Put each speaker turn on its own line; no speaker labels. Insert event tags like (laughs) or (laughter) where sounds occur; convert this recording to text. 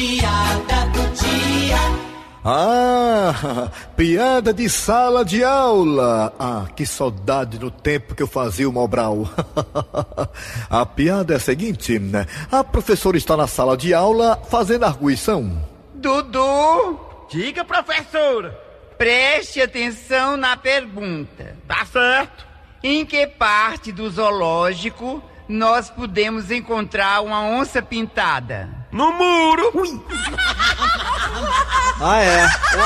piada do dia.
Ah, (laughs) piada de sala de aula. Ah, que saudade do tempo que eu fazia o Mobral. (laughs) a piada é a seguinte, né? A professora está na sala de aula fazendo arguição.
Dudu,
Diga, professora.
preste atenção na pergunta.
Tá certo.
Em que parte do zoológico nós podemos encontrar uma onça pintada?
No muro.
Ah, é.